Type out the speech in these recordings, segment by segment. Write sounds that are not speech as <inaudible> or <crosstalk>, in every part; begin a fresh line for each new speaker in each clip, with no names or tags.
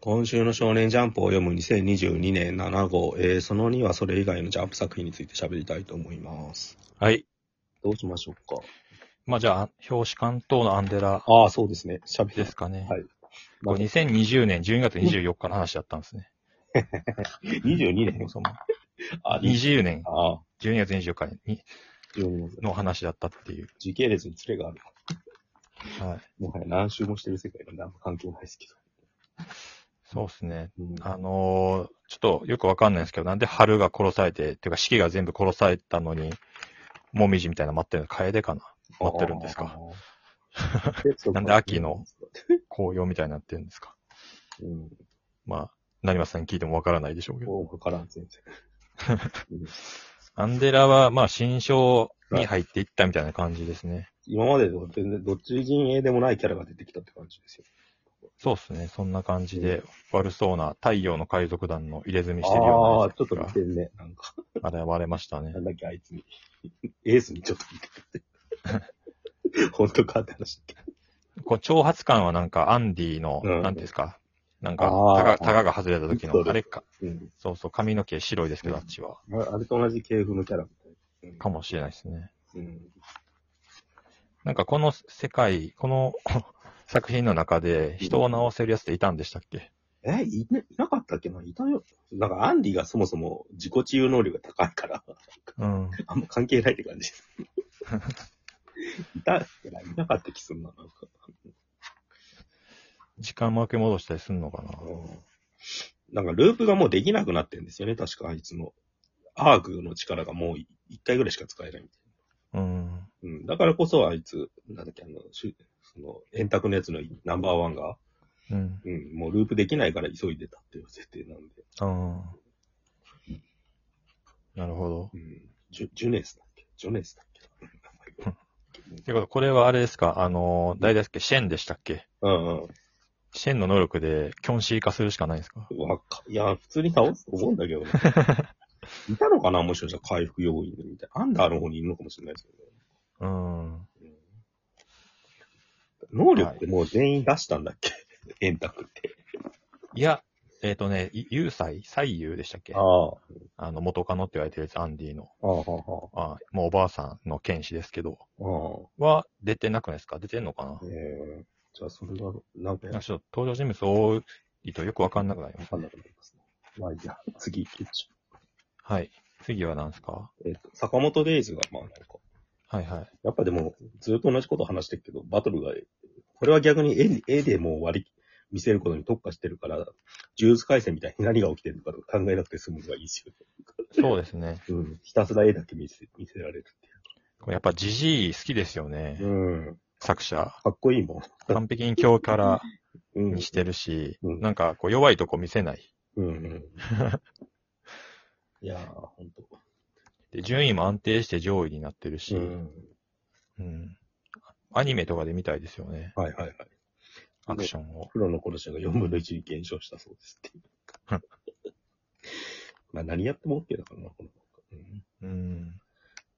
今週の少年ジャンプを読む2022年7号、えー、その2はそれ以外のジャンプ作品について喋りたいと思います。
はい。
どうしましょうか。
まあ、じゃあ、表紙関東のアンデラ
ああ、そうですね。喋
で
り
すかね。
はい
これ2020年12月24日の話だったんですね。
22
そも
年
そも。
あ、20
20年
ああ、
12月24日に
12年。
の話だったっていう。
時系列に連れがある。
はい。
もはや何周もしてる世界なんであんま関係ないですけ
そうですね。
ど。うん
あのーちょっとよくわかんないですけど、なんで春が殺されて、っていうか四季が全部殺されたのに、もみじみたいなの待ってるの、楓かな待ってるんですか。
あー
<laughs> なんで秋の。紅葉みたいになってるんですか
うん。
まあ、成松さんに聞いてもわからないでしょうけど。
もうわからん、全然。うん
アンデラは、まあ、新章に入っていったみたいな感じですね。
今までと全然どっち陣営でもないキャラが出てきたって感じですよ。
そうですね。そんな感じで、悪そうな太陽の海賊団の入れ墨してる
あ
よ
あ
う
ー、
な
ちょ
人
っと
た
似
ち
てるね。なんか、
が現れましたね
な。んだっけ、あいつに。エースにちょっと似て <laughs> る。本当かって話だっ
こう、挑発感はなんか、アンディの、
うん
なんていうんですか。なんか、
あ
タ
ー
ガタガが外れた時
そう
の、
です
あれか。
け。うん。
そうそう、髪の毛白いですけど、あっちは。
ああれと同じ系譜のキャラみたいな。うん
かもしれないですね。
うん。
なんか、この世界、この <laughs> 作品の中で、人を治せるやつっていたんでしたっけ
え、いな、いなかったっけないたよ。なんか、アンディがそもそも自己治癒能力が高いから、 <laughs>
うん。
あんま関係ないって <laughs> 感じです。いた、いやいなかった気すんな、なんか。
時間巻き戻したりすんのかな
うんなんかループがもうできなくなってるんですよね、確かあいつの。アークの力がもう一回ぐらいしか使えないみたい
うん。
な。うん。だからこそあいつ、なんだっけ、あの、しその、円卓のやつのナンバーワンが、
うん。
うん、もうループできないから急いでたっていう設定なんで。
うん。なるほど。
うん。ジュジュネスだっけジョネスだっけな
ってこと、これはあれですかあの、誰ですっけシェンでしたっけ
うん
シェンの能力で、キョンシー化するしかないんですか
うん。わか、いや、普通に倒すと思うんだけどね。いたのかなもしかしたら回復要因でみたいな。アンダーの方にいるのかもしれないですけどね。
うん。
能力ってもう全員出したんだっけ、円卓って。
いや、えっ、とね、いユーサイ、サイユーでしたっけあ
ああ。
の、元カノって言われてるやつ、アンディの、
ああ、あ
あもうおばあさんの剣士ですけど、
あ。
は出てなくないですか出てんのかな
ええじゃあ、それが、なんか、
なん
わ
かちょっと登場人物多いとよくわかんなくなります。
かんなくなりますね。まあ、いいや、次行きましょ
はい。次は何ですか
う。えっ、と、坂本デイズが、まあ、なんか、
はいはい。
やっぱでも、ずっと同じこと話してるけど、バトルが、これは逆に絵に絵でもう割り、見せることに特化してるから、ジュース回戦みたいに何が起きてるのかとか考えなくて済むのがいいですよね。
そうですね。
うん。ひたすら絵だけ見せ、見せられるっ
これやっぱジジイ好きですよね
てい。う。うん。
作者。
かっこいいもん。
完璧に強キャラ
うん。
にしてるし、
うん
なんかこう弱いとこ見せない。
うんうん。 <laughs> いやー、ほんと。
で、順位も安定して上位になってるし、うん。
ん。
アニメとかで見たいですよね。
はいはいはい。
アクションを。
プロの殺し屋が4分の1に減少したそうですって。 <laughs> まあ何やっても OK だからな、この漫
うん。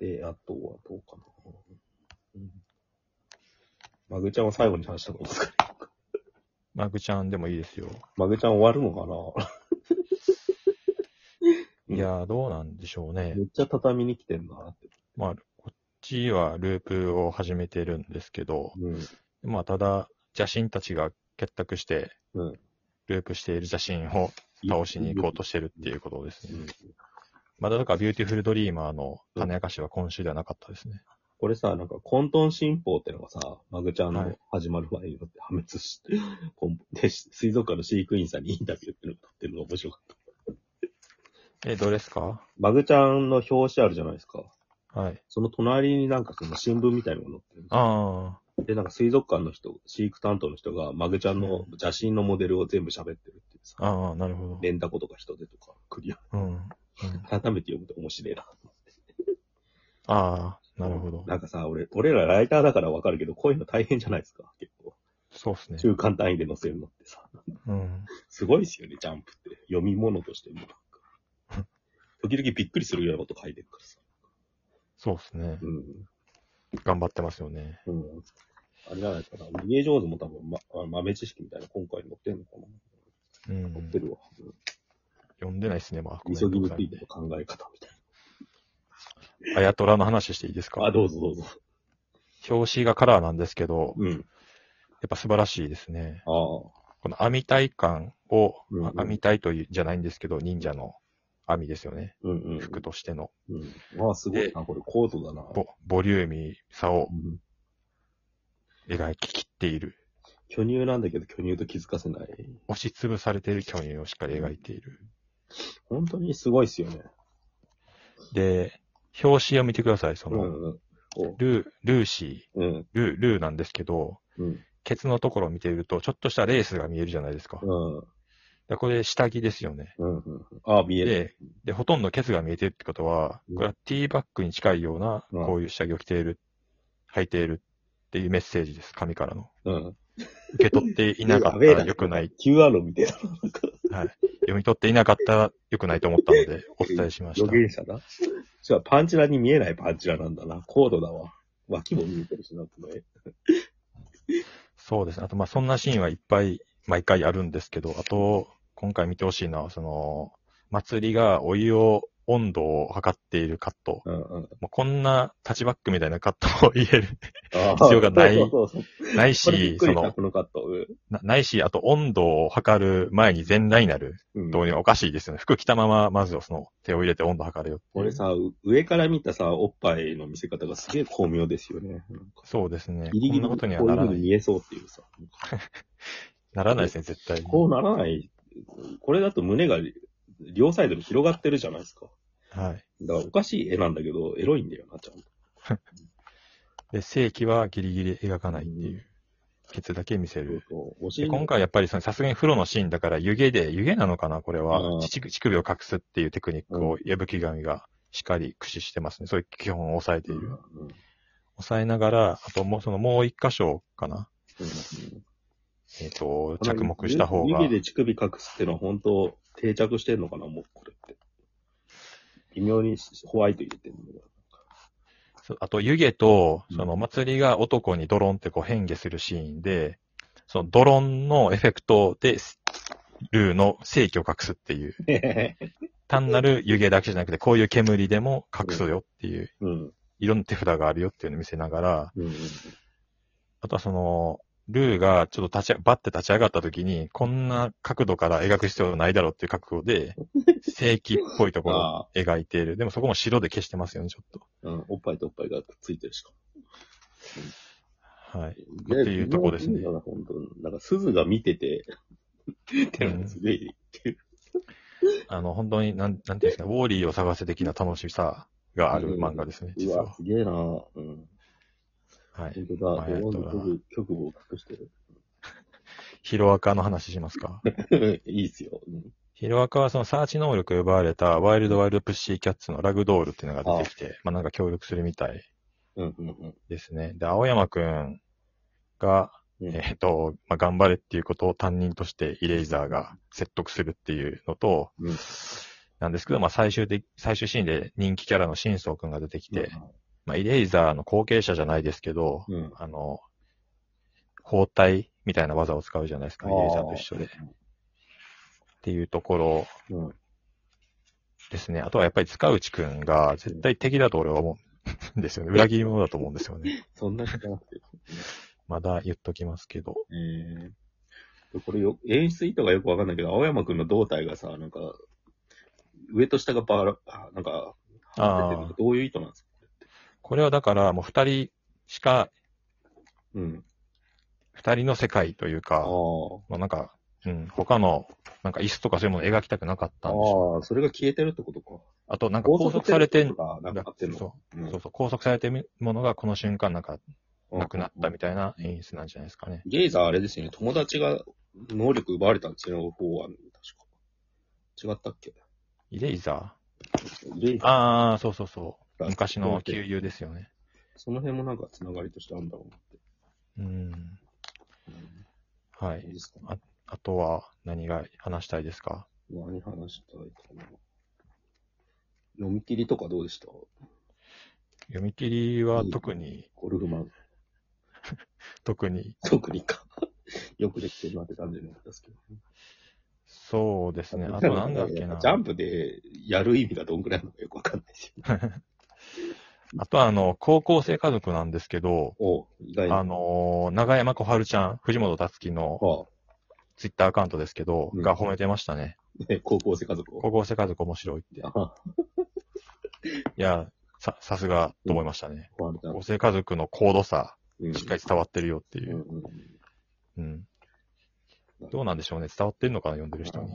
画。で、あとはどうかな。うん。マグちゃんは最後に話した方がいいです <laughs> かね。
マグちゃんでもいいですよ。
マグちゃん終わるのかうん
いやー、どうなんでしょう
<laughs>
ね
な。めっちゃ畳に来てんなって。
まあ、こっちはループを始めてるんですけど、
うん。
まあ、ただ、邪神たちが結託して、
うん
ループしている邪神を倒しに行こうとしてるっていうことです
う
ね。
ん。
まだだから、ビューティフルドリーマーの種明かしは今週ではなかったですね。
これさ、なんか混沌新法ってのがさ、マグちゃん
は
の
い
始まる前によって破 <laughs> 滅して、こんで、水族館の飼育員さんにインタビューってのが撮ってるのが面白かった。
え、どれですか
マグちゃんの表紙あるじゃないですか。
はい。
その隣になんかその新聞みたいなのが載って
あ
る。で、なんか水族館の人、飼育担当の人が、マグちゃんの邪神のモデルを全部喋ってるっていう
あ、
さ、
ああ、なるほど。
レンダコとか人手とかクリア。
うん。うん
改めて読むと面白いな。
ああ、なるほど。
なんかさ、俺、俺らライターだからわかるけど、こういうの大変じゃないですか、結構。
そうですね。
中間単位で載せるのってさ、
うん。
すごいですよね、ジャンプって。読み物としても
<laughs>
なんか。時々びっくりするようなこと書いてるからさ。
そうですね
う。ん。
頑張ってますよね。
うん。あれじゃないかな。逃げ上手も多分、ま、あ豆知識みたいな今回載ってんのかな。
う
載っ
ん
て。るわ。
読んでないっすね、まあ。
みそぎについての考え方みたい
あやとらの話していいです
な。あ、
か
どうぞどうぞ。
表紙がカラーなんですけど、
うん。
やっぱ素晴らしいですね。
ああ。
この網体感を、
うんうん
あ網体という、じゃないんですけど、忍者の網ですよね。
うんうん。
服としての
うん。まあ、すごいな、これ、コートだな。
ボボリューミーさを
うん
描ききっている。
巨乳なんだけど、巨乳と気づかせない。
押しつぶされている巨乳をしっかり描いている。
本当にすごいっすよね。
で、表紙を見てください。そ
うん
の、
うん。お
ルー、ルーシ
うん。
ー、ルー、ルーなんですけど、
うん。
ケツのところを見ていると、ちょっとしたレースが見えるじゃないですか。
うん。
でこれ下着ですよね。
うんうん。あ、見える。
で、で、ほとんどケツが見えてるってことは
う、ん
これはティーバッグに近いような、
うん
こういう下着を着ている、履いているっていうメッセージです。神か
<laughs>
らの。
うん。
受け取っていなかったら良くない。
QR を見てた。
はい。読み取っていなかったら良くないと思ったので、お伝えしまし
予
た。
言者
<laughs>
だ。じゃあ、パンチラに見えないパンチラなんだな。コードだわ。脇も見えてるしな、この絵。
そうですね。あと、まあ、そんなシーンはいっぱい、毎回あるんですけど、あと、今回見てほしいのは、その、祭りがお湯を、温度を測っているカット。
うんうん。
もうこんなタッチバックみたいなカットを入れる、
必
要がない
そうそうそう。
な
<laughs> これび
い
っ
し、
く
そ
りした、
の、
このカット。
なないし、あと温度を測る前に全裸になる
うん。
導入はおかしいですよね。服着たまま、まずはその手を入れて温度測れよっていう
俺さ、う上から見たさ、おっぱいの見せ方がすげえ巧妙ですよね。なんか
そうですね。
ギリギ
こ
リこ
んなこ
う
と
い
に
う
はなら
風
な
に
い。
見えそうっていうさ。
ならないですね、絶対に。
こうならない。これだと胸が両サイドに広がってるじゃないですか。
はい。
だからおかしい絵なんだけど、エロいんだよな、ちゃんと。
で、正規はギリギリ描かないっていう。ケツだけ見せる。
お尻
で
に
今回やっぱりそのさすがに風呂のシーンだから湯気で、湯気なのかなこれ
うん
は。乳乳首を隠すっていうテクニックを矢吹神がしっかり駆使してますね。そういう基本を抑えている。
うん
抑えながら、あともうそのもう一箇所かな
うん
えっ、と、着目した方が
指。で乳首隠すってのは本当、定着してんのかな、もうこれって。微妙にホワイト入れてるん
<laughs>
だけど。
そうあと湯気と、
うん
その祭りが男にドロンってこう変化するシーンで、そのドロンのエフェクトで、ルーの正気を隠すっていう。単なる湯気だけじゃなくて、こういう煙でも隠すよっていう、
うん。
いろんな手札があるよっていうのを見せながら、
うん。
あとはその、ルーがちょっと立ち、バッて立ち上がった時に、こんな角度から描く必要ないだろうっていう覚悟で、正気っぽいところ
ああ、
を描いている。でもそこも白で消してますよね、ちょっと。
うん。おっぱいとおっぱいがくっついてるしかも。
はい。っていうとこですね
微妙なんだな本当なんか、鈴が見てて、
<laughs>
ってのがすげえ、
あの、本当に、なん、なんていうんですか、ウォーリーを探せ的な楽しさがある漫画ですね、
う
実
わ、
は。
すげえなうん。
はい。
本当だ、
まあやっとな
曲、曲を隠して
ヒロアカの話しますか。
る。 <laughs> いいっすよ。うん
ヒロアカはそのサーチ能力を奪われたワイルドワイルドプッシーキャッツのラグドールっていうのが出てきて、まあなんか協力するみたい
うん、うん、うん。
ですね。で、青山くんが、
うん
えっ、と、まあ頑張れっていうことを担任としてイレイザーが説得するっていうのと、
うん
なんですけど、まあ最終的、最終シーンで人気キャラのシンソウくんが出てきて、まあイレイザーの後継者じゃないですけど、
うん。
あの、包帯みたいな技を使うじゃないですか、イレイザーと一緒で。っていうところ
うん。
ですね。あとはやっぱり塚内くんが絶対敵だと俺は思うんですよね。裏切り者だと思うんですよね。
そんなことなくて。
まだ言っときますけど。
ええこれよ、演出意図がよくわかんないけど、青山くんの胴体がさ、なんか、上と下がバラ、あなんか、
あー
出てるどういう意図なんですか
これはだからもう二人しか、
うん。
二人の世界という
ああ
か、も
ー。
うなんか、うん、他の、なんか椅子とかそういうもの描きたくなかったんでしょう。
ああ、それが消えてるってことか。
あとなんか拘束されて
るとか、なんかあってんの
そううんそうそう、拘束されてるものがこの瞬間なんかなくなったみ
い。
たいな演出なんじゃないですかね。
ゲイザーあれですよね、友達が能力奪われた知能法案、確か。違ったっけ
イレイザ
ゲイ
ーああ、そうそうそう。
ザー
昔の旧友ですよね。
その辺もなんかつながりとしてあるんだろうなって。
うん。
うん
はい
いい。ですかね
あとは何が話したいですか
何話したいかな。読み切りとかどうでした
読み切りは特に、
ゴルフマン、
特に、
<laughs> 特にか。よくできてるなって感じなんですけど。
そうですね。あとなんだっけ
<laughs>
な。
ジャンプでやる意味がどんくらいなのかよくわかんないし。
あとはあの、高校生家族なんですけど、
おう意外に。
あのー、長山小春ちゃん、藤本達樹の
は
ツイッターアカウントですけど、
うん
が褒めてましたね。
あね高校生家族を。
高校生家族面白いって。い
あは
や、さ、さすがと思いましたね。
は
高校生家族の高度差、
うん
しっかり伝わってるよってい
うん
う。
うん
うん。どうなんでしょうね。伝わってるのかな、読んでる人に。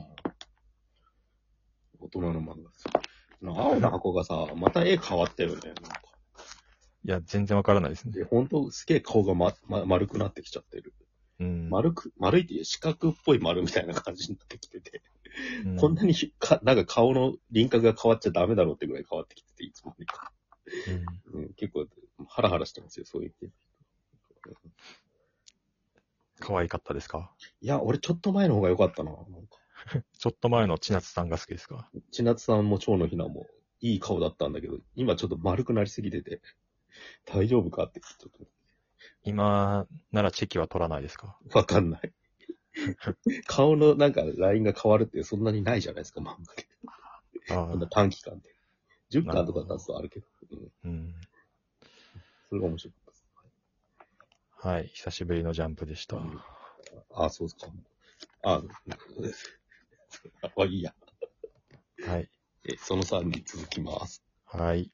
大人の漫画です。あの青の箱がさ、また絵変わったよね。なんか
いや、全然わからないですね。
で、ほんとすげえ顔がま、ま、丸くなってきちゃってる。
うん。
丸く、丸いっていう四角っぽい丸みたいな感じになってきてて。
うん
こんなにひか、なんか顔の輪郭が変わっちゃダメだろうってぐらい変わってきてて、いつもにか。
うん
うん、結構、ハラハラしてますよ、そういう意味で。
可愛かったですか
いや、俺ちょっと前の方が良かったな。なんか
ちょっと前の千夏さんが好きですか
千夏さんも蝶のひなもいい顔だったんだけど、今ちょっと丸くなりすぎてて、大丈夫かってちょっと
今ならチェキは取らないですか
わかんない。顔のなんかラインが変わるってそんなにないじゃないですか、漫画で。
あ
こんな
ー
短期間で。10巻とか経つとあるけど、うん、
うん。
それが面白かったです。
はい。久しぶりのジャンプでした。
あ、そうですか。あ、 <laughs> うんあ、いいや。
はい。
えその3に続きます。
はい。